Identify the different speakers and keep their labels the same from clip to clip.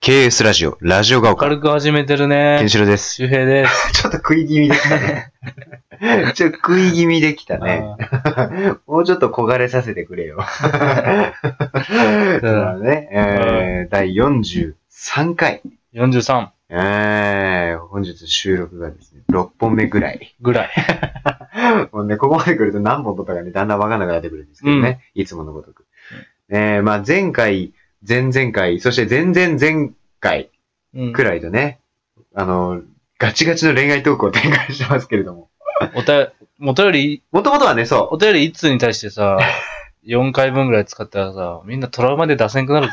Speaker 1: KS ラジオ、ラジオが丘、
Speaker 2: 軽く始めてるね
Speaker 1: ケン。シロウです。
Speaker 2: 周平です。
Speaker 3: ちょっと食い気味できた ね。ちょっと食い気味できたね。 もうちょっと焦がれさせてくれ よ。そうだね。えー第43回。
Speaker 2: 43
Speaker 3: えー本日収録がですね、6本目ぐらい。
Speaker 2: ぐらい。
Speaker 3: もうね、ここまで来ると何本とかね、だんだんわかんなくなってくるんですけどね。いつものごとく。ねえまあ前回、前々回、そして前々前回
Speaker 2: うん
Speaker 3: くらいとね、あの、ガチガチの恋愛トークを展開してますけれども。
Speaker 2: おた、お便り、
Speaker 3: もともとはね、そう、
Speaker 2: お便り1通に対してさ、4回分ぐらい使ったらさ、みんなトラウマで出せんくなる
Speaker 3: い
Speaker 2: ぞ。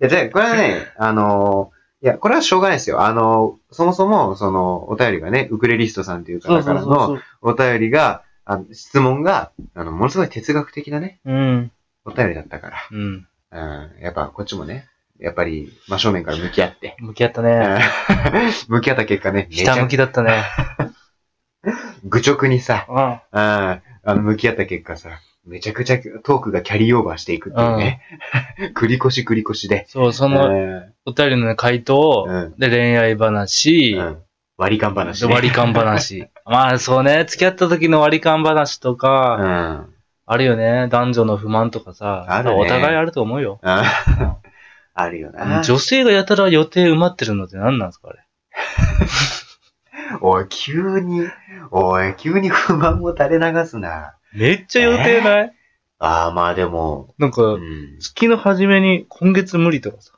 Speaker 3: や、で、これはね、あのーいや、これはしょうがないですよ。あのーそもそも、その、お便りがね、ウクレリストさんという方からの
Speaker 2: う。
Speaker 3: お便りが、あの質問が、あの、ものすごい哲学的なね、
Speaker 2: うん。
Speaker 3: お便りだったか
Speaker 2: うん。
Speaker 3: ら。うん、やっぱ、こっちもね、やっぱり、真正面から向き合って、
Speaker 2: 向き合ったね。
Speaker 3: 向き合った結果ね、め
Speaker 2: ひ
Speaker 3: ちゃ
Speaker 2: たむきだったね。
Speaker 3: 愚直にさ、
Speaker 2: うん。
Speaker 3: うんあの、向き合った結果さ、めちゃくちゃトークがキャリーオーバーしていくっていうね。 繰り越し繰り越しで。
Speaker 2: そう、そうの
Speaker 3: ん
Speaker 2: お便りのね回答
Speaker 3: うん、
Speaker 2: で恋愛話
Speaker 3: う、ん割り勘話、
Speaker 2: で割り勘 話。まあそうね、付き合った時の割り勘話とか、
Speaker 3: うん。
Speaker 2: あるよね。男女の不満とかさ。
Speaker 3: あるね
Speaker 2: お互いあると思うよ。
Speaker 3: あ あるよな。
Speaker 2: 女性がやたら予定埋まってるのって何なんですかあれ。
Speaker 3: おい、急に、おい、急に不満を垂れ流すな。
Speaker 2: めっちゃ予定ない、
Speaker 3: ああ、まあでも、
Speaker 2: なんか
Speaker 3: う、ん。
Speaker 2: 月の初めに今月無理とかさ。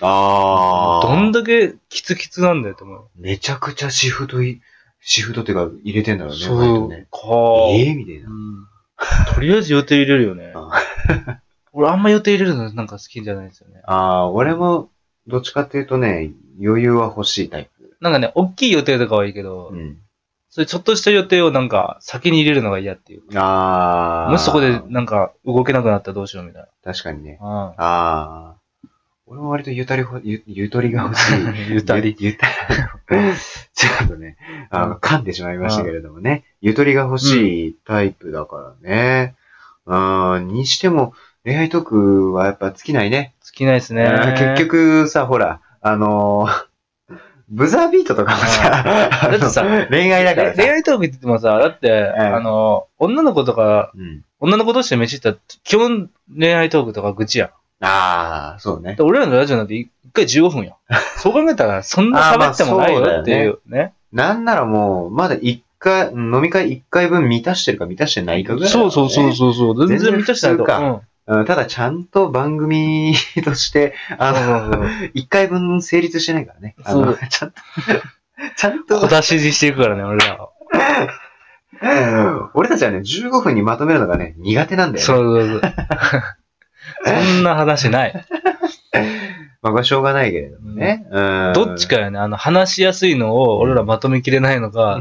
Speaker 3: ああ。
Speaker 2: どんだけキツキツなんだよって思うよ。
Speaker 3: めちゃくちゃシフトい、シフトっていうか入れてんだろうね、割とね。
Speaker 2: か。
Speaker 3: ええみたいな
Speaker 2: う。んとりあえず予定入れるよね
Speaker 3: うん。
Speaker 2: 俺あんま予定入れるのなんか好きじゃないですよね。
Speaker 3: ああ、俺も、どっちかっていうとね、余裕は欲しいタイプ。
Speaker 2: なんかね、大きい予定とかはいいけど、
Speaker 3: うん。
Speaker 2: そういうちょっとした予定をなんか先に入れるのが嫌っていう。
Speaker 3: ああ。
Speaker 2: もしそこでなんか動けなくなったらどうしようみたい
Speaker 3: 確かにね。
Speaker 2: な。うん。
Speaker 3: ああ。俺も割とゆたりほ、ゆ、ゆとりが欲し い。
Speaker 2: ゆたり。
Speaker 3: ゆたり。 ちょっとね、あの、噛んでしまいましたけれどもね。ゆとりが欲しいタイプだからね。うん、にしても、恋愛トークはやっぱ尽きないね。
Speaker 2: 尽きないですね。
Speaker 3: 結局さ、ほら、あのーブザービートとかもさ、
Speaker 2: だってさ
Speaker 3: あの恋愛だから
Speaker 2: 恋
Speaker 3: さ。
Speaker 2: 愛トークって言ってもさ、だって、あの、女の子とか、
Speaker 3: うん。
Speaker 2: 女の子同士で飯行ったら、基本恋愛トークとか愚痴やん。
Speaker 3: ああ、そうね
Speaker 2: で。俺らのラジオなんて一回15分や ん。そう考えたら、そんな喋ってもない
Speaker 3: あーまあそうだ
Speaker 2: よ
Speaker 3: よね
Speaker 2: っていうね。
Speaker 3: なんならもう、まだ一回、飲み会一回分満たしてるか満たしてないかぐらいだか
Speaker 2: そ
Speaker 3: ら
Speaker 2: う
Speaker 3: ね、
Speaker 2: そうそうそうそう。全
Speaker 3: 全
Speaker 2: 然
Speaker 3: 然
Speaker 2: 満たしてないと。
Speaker 3: 普通かうんただちゃんと番組として、あ
Speaker 2: そうそう
Speaker 3: の、一回分成立してないからね。あの、ちゃんと、ちゃん
Speaker 2: うん。小
Speaker 3: と、
Speaker 2: 出しにしていくからね、俺らは。
Speaker 3: 俺たちはね、15分にまとめるのがね、苦手なんだよ、
Speaker 2: そ
Speaker 3: ね。
Speaker 2: うそうそう。 そんな話ない。
Speaker 3: まあ、これはしょうがないけれどもね。うん。
Speaker 2: どっちかやね、あの、話しやすいのを俺らまとめきれない のか、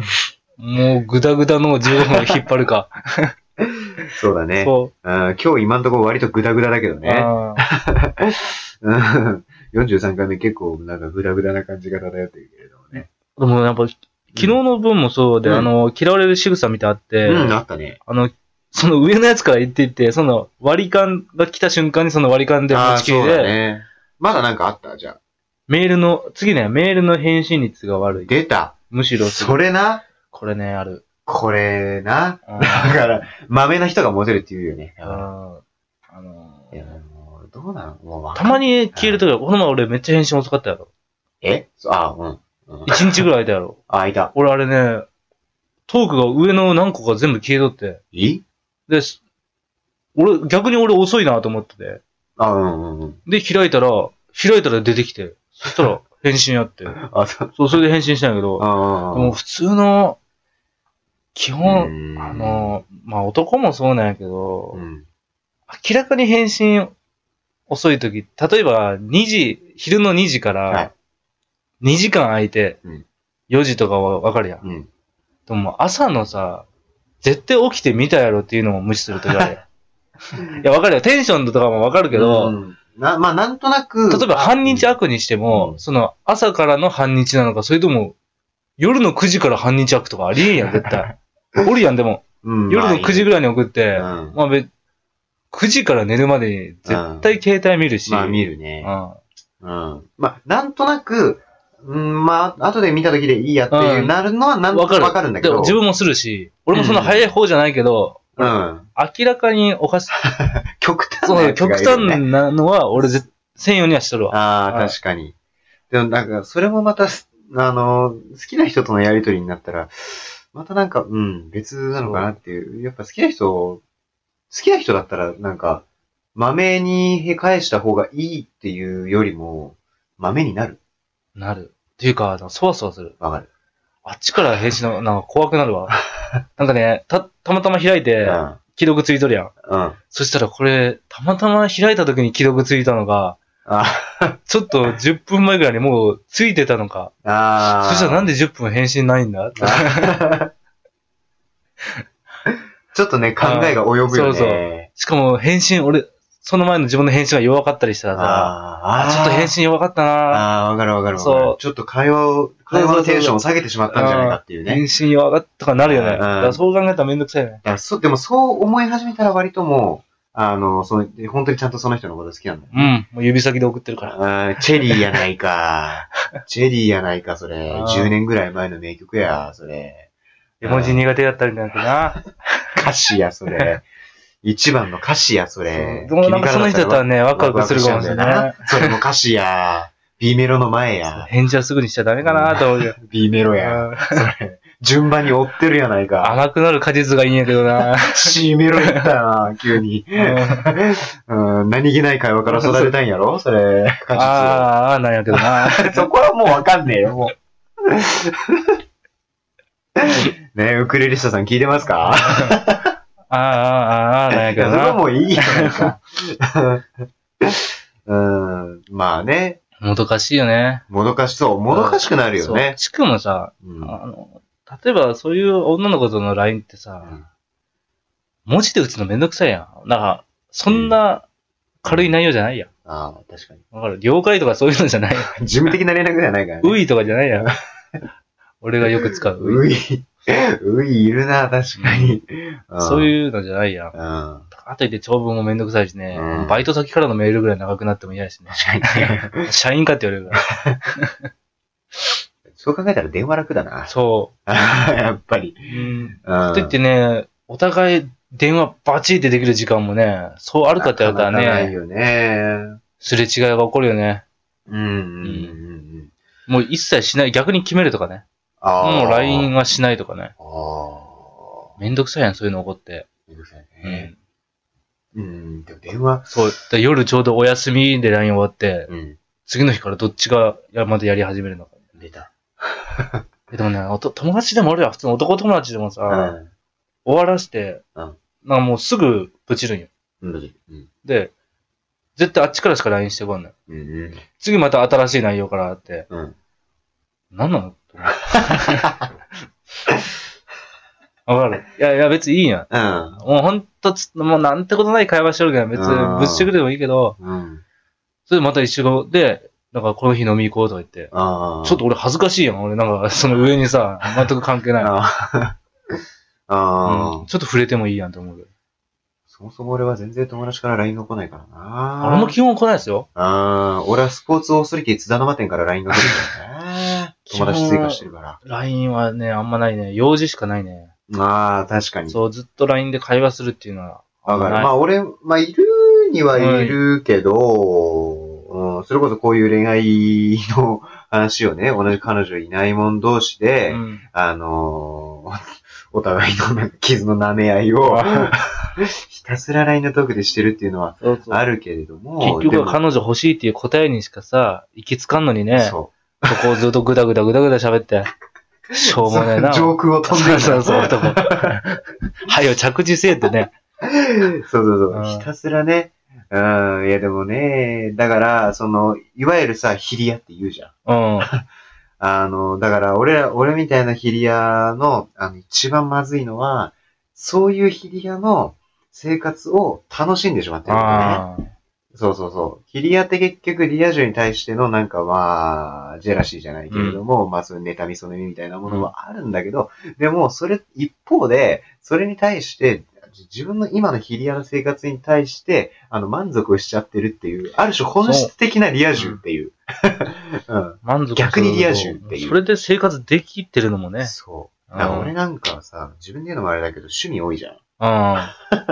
Speaker 2: もうグダグダの15分を引っ張るか。
Speaker 3: そうだね。
Speaker 2: そ
Speaker 3: うん今日今のところ割とグダグダだけど
Speaker 2: う。
Speaker 3: ね。
Speaker 2: うん
Speaker 3: うん43回目 結構なんかグダグダな感じが漂っているけれどもね。
Speaker 2: でもやっぱ、昨日の分もそうで、
Speaker 3: うん
Speaker 2: あの、嫌われる仕草みたいあって、
Speaker 3: うん、あったね。
Speaker 2: あの、その上のやつから言っていって、その割り勘が来た瞬間にその割り勘で
Speaker 3: あ
Speaker 2: 持
Speaker 3: あ、
Speaker 2: ち切り
Speaker 3: そうだ
Speaker 2: で、
Speaker 3: ね。まだなんかあったじゃあ。
Speaker 2: メールの、次ね、メールの返信率が悪い。
Speaker 3: 出た。
Speaker 2: むしろすご
Speaker 3: そ
Speaker 2: い、
Speaker 3: れな。
Speaker 2: これね、ある。
Speaker 3: これな。
Speaker 2: うん
Speaker 3: だから、豆な人がモテるって言うよね。
Speaker 2: あーあの
Speaker 3: いや、もう、どうなのもうわか
Speaker 2: た
Speaker 3: ん
Speaker 2: まに消えるときは、この前俺めっちゃ返信遅かったやろ。
Speaker 3: えそうあ、うん。うん、
Speaker 2: 一日ぐらいだ やろ。
Speaker 3: あ、いた。
Speaker 2: 俺あれね、トークが上の何個か全部消えとって。
Speaker 3: え
Speaker 2: で、俺、逆に俺遅いなと思ってて。
Speaker 3: あ、うんうんうん。
Speaker 2: で、開いたら、開いたら出てきて、そし たら返信あって、
Speaker 3: あ、そう。
Speaker 2: そう、それで返信したんやけど、 で
Speaker 3: あ
Speaker 2: も普通の、基本、
Speaker 3: ん
Speaker 2: あ、の、まあ男もそうなんやけど、
Speaker 3: うん。
Speaker 2: 明らかに返信遅い時、例えば2時、昼の2時か
Speaker 3: は
Speaker 2: ら
Speaker 3: い、
Speaker 2: 2時間空いて
Speaker 3: うん、
Speaker 2: 4時とかはわかるやん。
Speaker 3: うん。
Speaker 2: でももう朝のさ、絶対起きて見たやろっていうのを無視する時 あるやん。いや、わかるよ。テンションとかもわかるけ
Speaker 3: う
Speaker 2: ど、
Speaker 3: ん、な、まあ、なんとなく。
Speaker 2: 例えば半日
Speaker 3: あ
Speaker 2: 悪にしても、
Speaker 3: うん
Speaker 2: その朝からの半日なのか、それとも夜の9時から半日悪とかあり えんやん、絶対。おるやん、でも。
Speaker 3: うん、
Speaker 2: 夜の9時
Speaker 3: ぐ
Speaker 2: ぐらいに送って、
Speaker 3: うん
Speaker 2: まあ別、 9時から寝るまでに絶対携帯見るし。
Speaker 3: まあ見
Speaker 2: る。
Speaker 3: るね。
Speaker 2: うん。
Speaker 3: うん。まあ、なんとなく、うん、まあ、後で見た時でいいやっていうう、
Speaker 2: ん
Speaker 3: なるのはなんと
Speaker 2: わかる。
Speaker 3: わかるんだけ
Speaker 2: で
Speaker 3: ど。
Speaker 2: も自分もするし、俺もそんな早い方じゃないけど、
Speaker 3: うん。
Speaker 2: 明らかに おかし、
Speaker 3: 極端
Speaker 2: そ
Speaker 3: な
Speaker 2: う、
Speaker 3: やつがい
Speaker 2: 極
Speaker 3: る、ね。
Speaker 2: 端なのは俺ぜ専用にはしとるわ。
Speaker 3: ああ、
Speaker 2: はい
Speaker 3: 確かに。でもなんか、それもまたす、あの、好きな人とのやりとりになったら、またなんか、うん、別なのかなっていう。やっぱ好きな人、好きな人だったら、なんか、まめに返した方がいいっていうよりも、まめになる。
Speaker 2: なる。っていうか、あのそわそわする。
Speaker 3: わかる。
Speaker 2: あっちから返信の、なんか怖くな るわ。なんかね、た、たまたま開いて、既読ついとるやん。
Speaker 3: うん。うん。
Speaker 2: そしたらこれ、たまたま開いた時に既読ついたのが、
Speaker 3: あ
Speaker 2: ちょっと10分前ぐらいにもうついてたのか。
Speaker 3: あー。
Speaker 2: そしたらなんで10分返信ないんだって。
Speaker 3: ちょっとね、考えが及ぶよね。
Speaker 2: そうそうしかも返信、俺、その前の自分の返信が弱かったりしたらさ、
Speaker 3: あ
Speaker 2: あ
Speaker 3: ー
Speaker 2: ちょっと返信弱かったな
Speaker 3: ああ、わかるわかるわかる。
Speaker 2: そう
Speaker 3: ちょっと会話を、会話のテンションを下げてしまったんじゃないかっていうね。
Speaker 2: 返信弱かったとかなるよね。
Speaker 3: うん
Speaker 2: だからそう考えたらめんどくさいよね。
Speaker 3: いやそうでもそう思い始めたら割ともう、あの、その、本当にちゃんとその人のこと好きなんだよ。
Speaker 2: うん。もう指先で送ってるから。
Speaker 3: あーチェリーやない か。チェリーやないか、それ。
Speaker 2: あー
Speaker 3: 10年ぐらい前の名曲や、それ。
Speaker 2: 絵文字苦手だったりなんだけどな。
Speaker 3: 歌詞や、そ れ。一番の歌詞や、それ。
Speaker 2: そうでもなんかその人だったら
Speaker 3: ね、
Speaker 2: ね、ワクワクするかもしれ
Speaker 3: ワクワ
Speaker 2: な
Speaker 3: クしちゃうんだよなそれも歌詞や。B メロの前
Speaker 2: い。
Speaker 3: や。
Speaker 2: 返事はすぐにしちゃダメかなと思う よ。
Speaker 3: B メロ
Speaker 2: う
Speaker 3: や。
Speaker 2: ん
Speaker 3: それ。順番に追ってるやないか。
Speaker 2: 甘くなる果実がいいんやけど な。
Speaker 3: C メロやったな、 急に。
Speaker 2: うん
Speaker 3: うん、何気ない会話から育てたいんやろそれ、果実を
Speaker 2: あーあー、なんやけど な。
Speaker 3: そこはもうわかんねえよ、も う。ねえウクレレストさん聞いてますか
Speaker 2: あーあー、あーあー、なんや
Speaker 3: い
Speaker 2: けど
Speaker 3: やそれは
Speaker 2: な。
Speaker 3: もういいよ、なんか。 うん、まあね、
Speaker 2: もどかしいよね。
Speaker 3: もどかしそう。もどかしくなるよ
Speaker 2: そう
Speaker 3: ね。
Speaker 2: ちくもさ、
Speaker 3: うん
Speaker 2: あの、例えばそういう女の子との LINE ってさ、文字で打つのめんどくさいやん。なんか、そんな軽い内容じゃないやん。
Speaker 3: ああ、確かに。
Speaker 2: わかる了解とかそういうのじゃないや ん。
Speaker 3: 事務的な連絡ではないからね。
Speaker 2: ういとかじゃないやん。 俺がよく使う。
Speaker 3: うい。ういいるな、確かに。
Speaker 2: そう
Speaker 3: う
Speaker 2: いうのじゃないやん。
Speaker 3: ん。うん。
Speaker 2: あといって長文もめんどくさいしね
Speaker 3: うん。
Speaker 2: バイト先からのメールぐらい長くなっても嫌や しね。
Speaker 3: 確かにね。
Speaker 2: 社員かって言われるから。
Speaker 3: そう考えたら電話楽だな。
Speaker 2: そ
Speaker 3: やっぱり
Speaker 2: う。。うん。
Speaker 3: うん
Speaker 2: といってね、お互い電話バチってできる時間もね、そうあるかって言われた
Speaker 3: なかなからない
Speaker 2: ね、
Speaker 3: よね。
Speaker 2: すれ違いが起こるよね。
Speaker 3: うんうんうんうん。
Speaker 2: もう一切しない。逆に決めるとかね。
Speaker 3: あー
Speaker 2: もう LINE はしないとかね。
Speaker 3: ああ。
Speaker 2: めんどくさいやん、そういうの起こって。
Speaker 3: めんどくさいね
Speaker 2: ん。。
Speaker 3: うん、でも電話。
Speaker 2: そう。だから夜ちょうどお休みで LINE 終わって、
Speaker 3: うん。
Speaker 2: 次の日からどっちがやまでやり始めるのか。
Speaker 3: 出た。
Speaker 2: えでもね、おと友達でもあるよ。普通の男友達でもさ、
Speaker 3: うん。
Speaker 2: 終わらして、
Speaker 3: うん
Speaker 2: なんかもうすぐブチるんよ。
Speaker 3: うん。うん。
Speaker 2: で、絶対あっちからしか LINE してこんのよ。
Speaker 3: うん。
Speaker 2: 次また新しい内容からあって、
Speaker 3: うん。
Speaker 2: なんなのって思 うわかる。いやいや、別にいいや
Speaker 3: うん
Speaker 2: ん。。もうほんとつ、もうなんてことない会話してるけど、別
Speaker 3: うん
Speaker 2: にぶっしてくれてもいいけど、
Speaker 3: うん。
Speaker 2: それでまた一緒後で、なんかこの日飲み行こうとか言って、
Speaker 3: ああ。
Speaker 2: ちょっと俺恥ずかしいやん。俺なんかその上にさ、全く関係な い。
Speaker 3: ああ。あ
Speaker 2: うん
Speaker 3: あ。
Speaker 2: ちょっと触れてもいいやんと思うけど。
Speaker 3: そもそも俺は全然友達から LINE が来ないからな。
Speaker 2: 俺も基本来ないですよ。
Speaker 3: ああ、俺はスポーツオーソリティ津田沼店から LINE が来るから ね。友達追加してるから。
Speaker 2: LINE はね、あんまないね。用事しかないね。
Speaker 3: ああ、確かに。
Speaker 2: そう、ずっと LINE で会話するっていうのは。
Speaker 3: わかる。
Speaker 2: ない
Speaker 3: まあ俺、まあいるにはいるけど、うん、それこそこういう恋愛の話をね、同じ彼女いないもん同士で、
Speaker 2: うん。
Speaker 3: あのー お互いのなんか傷の舐め合いを、 ひたすら LINE のトークでしてるっていうのは
Speaker 2: そうそう
Speaker 3: あるけれども、
Speaker 2: 結
Speaker 3: で
Speaker 2: 局
Speaker 3: も
Speaker 2: は彼女欲しいっていう答えにしかさ、行きつかんのにね、そ
Speaker 3: そ
Speaker 2: こをずっとグダグダグダグダ 喋って、しょ
Speaker 3: う。
Speaker 2: うもねえな。
Speaker 3: 上空を飛んで
Speaker 2: そう
Speaker 3: る
Speaker 2: そうそう、男。はいよ、着地せえってね。
Speaker 3: そうそうそうう。
Speaker 2: ん
Speaker 3: ひたすらね。うん、いやでもね、だから、その、いわゆるさ、ヒリアって言うじゃん。
Speaker 2: うん。
Speaker 3: あの、だから、俺ら、俺みたいなヒリアの、あの、一番まずいのは、そういうヒリアの生活を楽しんでしまってるんだよね。
Speaker 2: ああ。
Speaker 3: そうそうそう。ヒリアって結局、リア充に対しての、なんかまあ、ジェラシーじゃないけれども、まあ、そういう妬み、そのみみたいなものはあるんだけど、でも、それ、一方で、それに対して、自分の今のヒリアの生活に対して、あの、満足しちゃってるっていう、ある種本質的なリア充っていう。 うん。
Speaker 2: 満足
Speaker 3: 逆にリア充っていう
Speaker 2: それで生活できてるのもね。
Speaker 3: そう。
Speaker 2: うん
Speaker 3: だから俺なんかはさ、自分で言うのもあれだけど、趣味多いじゃん。
Speaker 2: うん。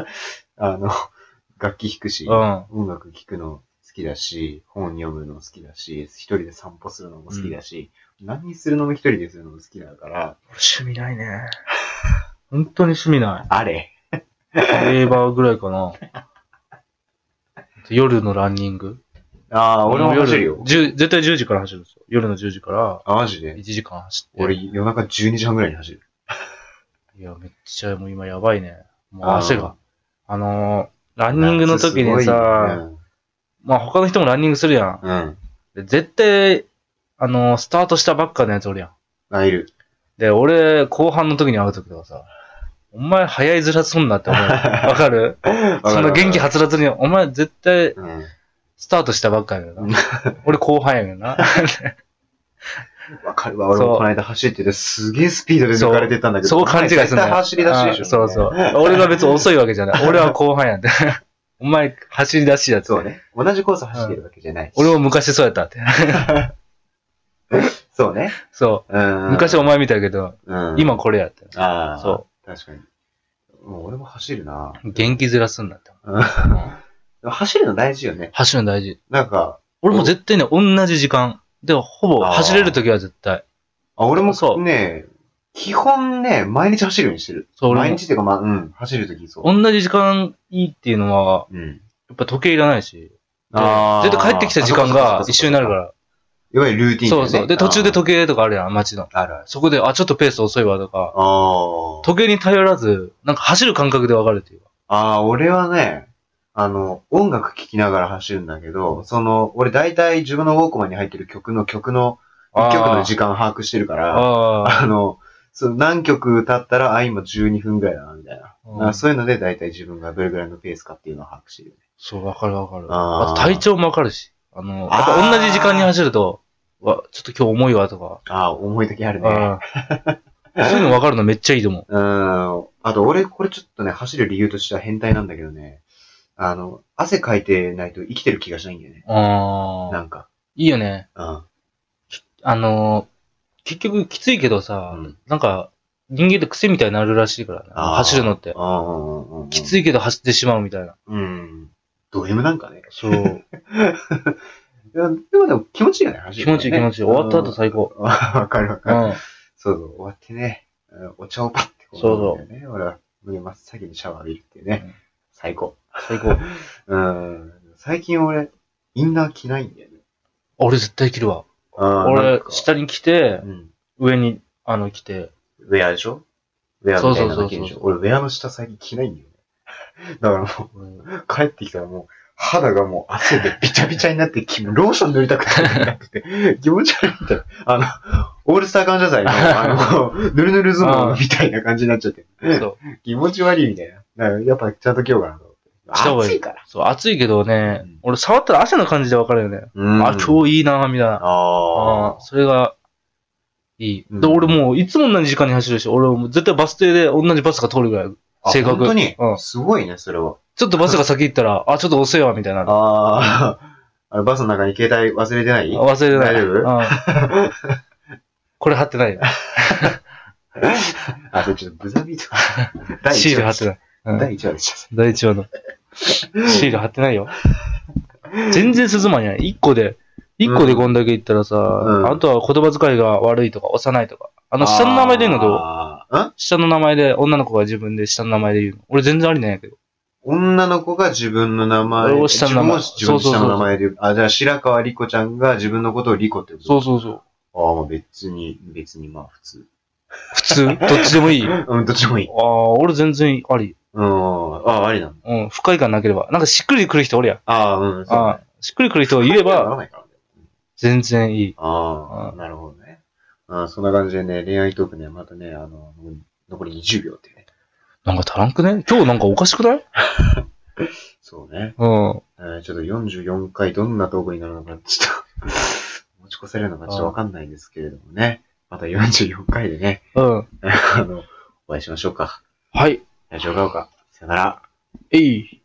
Speaker 3: あの、 楽器弾くし、
Speaker 2: うん。
Speaker 3: 音楽聴くの好きだし、本読むの好きだし、一人で散歩するのも好きだし、何するのも一人でするのも好きだから、
Speaker 2: 趣味ないね。本当に趣味ない。
Speaker 3: あれ
Speaker 2: レーバーぐらいかな。夜のランニング。
Speaker 3: ああ、俺も走るよ
Speaker 2: 夜。10絶対10時から走るんですよ。夜の10時から
Speaker 3: あ、マジ
Speaker 2: 1
Speaker 3: で
Speaker 2: 時間走って。
Speaker 3: 俺夜中12時半ぐらいに走る。
Speaker 2: いや、めっちゃもう今やばいね。もう汗が。あのー、ラ
Speaker 3: ラ
Speaker 2: ンニングの時にさ、、まあ他の人もランニングするやん。
Speaker 3: うん。
Speaker 2: で絶対、あのー、スタートしたばっかのやつおるやん。
Speaker 3: あ、いる。
Speaker 2: で、俺、後半の時に会う時とかさ、お前早いづらすんなって 思う。わかるその元気
Speaker 3: は、
Speaker 2: はつらつに、お前絶対
Speaker 3: うん。
Speaker 2: スタートしたばっかやけどな。俺後半やけど な。
Speaker 3: わかるわ、俺もこの間走ってて、すげえスピードで抜かれてたんだけど、
Speaker 2: そこ勘違いするん
Speaker 3: 絶
Speaker 2: だ
Speaker 3: 対
Speaker 2: よ。
Speaker 3: 走り出しでしょ。
Speaker 2: あそうそう。。俺が別に遅いわけじゃない。俺は後半やんって。 お前走り出しやって。
Speaker 3: そうね。同じコース走ってるわけじゃないし。
Speaker 2: 俺も昔そうやったって。
Speaker 3: そうね。
Speaker 2: そうう。
Speaker 3: ん。
Speaker 2: 昔お前見たけど、
Speaker 3: うん、
Speaker 2: 今これやって。
Speaker 3: ああ、
Speaker 2: そ
Speaker 3: 確かに。もう俺も走るな。
Speaker 2: う。元気づらすんだって。
Speaker 3: うん
Speaker 2: うん
Speaker 3: 走るの大事よね。
Speaker 2: 走るの大事。
Speaker 3: なんか、
Speaker 2: 俺も絶対ね、同じ時間。で、ほぼ走れる時は絶対。
Speaker 3: あ、俺も
Speaker 2: そう
Speaker 3: ね、基本ね、毎日走るようにしてる。
Speaker 2: そう、俺
Speaker 3: 毎
Speaker 2: も。
Speaker 3: 日っていうか、まあ、うん、走るときそう。
Speaker 2: 同じ時間いいっていうのは、
Speaker 3: うん。
Speaker 2: やっぱ時計いらないし。
Speaker 3: ー
Speaker 2: 絶対帰ってきた時間が一緒になるか。
Speaker 3: あ
Speaker 2: ら。
Speaker 3: そっかそっかそっかいわゆるルーティンだ
Speaker 2: そ
Speaker 3: よ
Speaker 2: う
Speaker 3: ね
Speaker 2: そう。で、途中で時計とかあるやん、街の。
Speaker 3: あーあるある。
Speaker 2: そこで、あ、ちょっとペース遅いわとか、
Speaker 3: あー
Speaker 2: 時計に頼らず、なんか走る感覚で分かるっていうか。
Speaker 3: あー、俺はね、あの、音楽聴きながら走るんだけど、その、俺大体自分のウォークマンに入ってる曲の曲の、一曲の時間把握してるから、
Speaker 2: あ
Speaker 3: あの、そう何曲歌ったら、あ、今12分ぐらいだな、みたいな。
Speaker 2: うん
Speaker 3: まあそういうので、大体自分がどれぐらいのペースかっていうのを把握してるよね。
Speaker 2: そう、分かる分かる。
Speaker 3: あー
Speaker 2: あと体調も分かるし。あの、やっ
Speaker 3: あー
Speaker 2: ぱ同じ時間に走ると、わ、ちょっと今日重いわとか。
Speaker 3: ああ、重い時あるね。
Speaker 2: あー そういうの分かるのめっちゃいいと思う。
Speaker 3: うん。あと、俺、これちょっとね、走る理由としては変態なんだけどね。あの、汗かいてないと生きてる気がしないんだよね。
Speaker 2: あ
Speaker 3: な
Speaker 2: あ。
Speaker 3: んか。
Speaker 2: いいよね。
Speaker 3: うん。
Speaker 2: あのー、結局きついけどさ、
Speaker 3: うん
Speaker 2: なんか、人間って癖みたいになるらしいからね。
Speaker 3: あー
Speaker 2: 走るのって。
Speaker 3: ああ、
Speaker 2: きついけど走ってしまうみたいな。
Speaker 3: うん。ド M なんかね。
Speaker 2: そう。
Speaker 3: いやでもでも気持ちいいよね、走
Speaker 2: 気
Speaker 3: るの
Speaker 2: 持
Speaker 3: ね、
Speaker 2: ちいい気持ちいい。終わった後最高。
Speaker 3: うん。わかるわか
Speaker 2: う
Speaker 3: る。
Speaker 2: ん。
Speaker 3: そうそう、終わってね、うんお茶をパッてこ
Speaker 2: そうそう
Speaker 3: 飲んでね、俺は、真っ先にシャワー浴びるっていうね、
Speaker 2: うん
Speaker 3: 最高。
Speaker 2: 最高。
Speaker 3: うん、最近俺、インナー着ないんだよね。
Speaker 2: 俺絶対着るわ。
Speaker 3: あーなん
Speaker 2: 俺
Speaker 3: か、
Speaker 2: 下に着て
Speaker 3: う、ん、
Speaker 2: 上に、あの、着て。
Speaker 3: ウェアでしょウェアみたいなの着るでし
Speaker 2: そうそうそ
Speaker 3: ょ
Speaker 2: うそう
Speaker 3: 俺、ウェアの下最近着ないんだよね。 だからも
Speaker 2: 俺
Speaker 3: う、帰ってきたらもう、肌がもう汗でびちゃびちゃになって、きローション塗りたくて塗れなくて、 気持ち悪いみたいな。あの、オールスター感謝祭の、あの、ぬるぬる相撲みたいな感じになっちゃって。
Speaker 2: そう。
Speaker 3: 気持ち悪いみたいな。だからやっぱちゃんと着ようかなと
Speaker 2: 着た方
Speaker 3: 思って。暑
Speaker 2: がいい
Speaker 3: いから。
Speaker 2: そう、暑いけどね、
Speaker 3: うん
Speaker 2: 俺触ったら汗の感じでわかるよね。
Speaker 3: うん
Speaker 2: あ、今日いいな、みたいな。
Speaker 3: あ
Speaker 2: ああ、それが、いい。で、
Speaker 3: うん
Speaker 2: 俺もう、いつも同じ時間に走るし、俺もう絶対バス停で同じバスが通るぐらい。
Speaker 3: あ。
Speaker 2: 性格
Speaker 3: 本当に
Speaker 2: うん
Speaker 3: すごいね、それは。
Speaker 2: ちょっとバスが先行ったら、あ、ちょっと遅いわ、みたいな。
Speaker 3: ああ。 あれ、バスの中に携帯忘れてない
Speaker 2: あ忘れてない。
Speaker 3: 大丈夫
Speaker 2: うん これ貼ってないよ。
Speaker 3: あ、それちょっとブザ ビート。第
Speaker 2: シー
Speaker 3: 一
Speaker 2: ル貼
Speaker 3: 話
Speaker 2: ってない。うん
Speaker 3: 第1話でし
Speaker 2: 第一話の。シール貼ってないよ。全然進まんやん。一個で、一個でこんだけいったらさ、
Speaker 3: うん
Speaker 2: あとは言葉遣いが悪いとか、幼いとか。あ
Speaker 3: た。
Speaker 2: の、下の名前で言うのどう
Speaker 3: あーん
Speaker 2: 下の名前で、女の子が自分で下の名前で言うの。俺全然ありなんやけど。
Speaker 3: 女の子が自分の名前。
Speaker 2: 俺も下の名前
Speaker 3: 自分も自分の
Speaker 2: そうそう
Speaker 3: 下
Speaker 2: そう
Speaker 3: の名前で言う。あ、じゃあ、白川莉子ちゃんが自分のことを莉子って
Speaker 2: そううそうそう。
Speaker 3: ああ、まあ別に、別にまあ普通。
Speaker 2: 普 通どっちでもいいあ
Speaker 3: うん、どっちもいい。
Speaker 2: あ、俺全然あり。
Speaker 3: うん、ああ、ありなの。
Speaker 2: うん、不快感なければ。なんかしっくりくる人おるやん。
Speaker 3: ああ、うん、そう。
Speaker 2: ああしっくりくる人を言え
Speaker 3: な
Speaker 2: ば、
Speaker 3: らないからね
Speaker 2: 全然いい。
Speaker 3: ああ、
Speaker 2: う
Speaker 3: なるほどね。あーそんな感じでね、恋愛トークね、またね、あの、残り20秒っていうね。
Speaker 2: なんか足らんくね今日なんかおかしくない
Speaker 3: そうね。
Speaker 2: うん。
Speaker 3: えーちょっと44回どんなトークになるのか、ちょっと 、持ち越せるのかちょっとわかんないんですけれどもね。また44回でね、
Speaker 2: うん。
Speaker 3: あの、お会いしましょうか。
Speaker 2: はい。
Speaker 3: ラジオが丘。ささよなら。
Speaker 2: えい。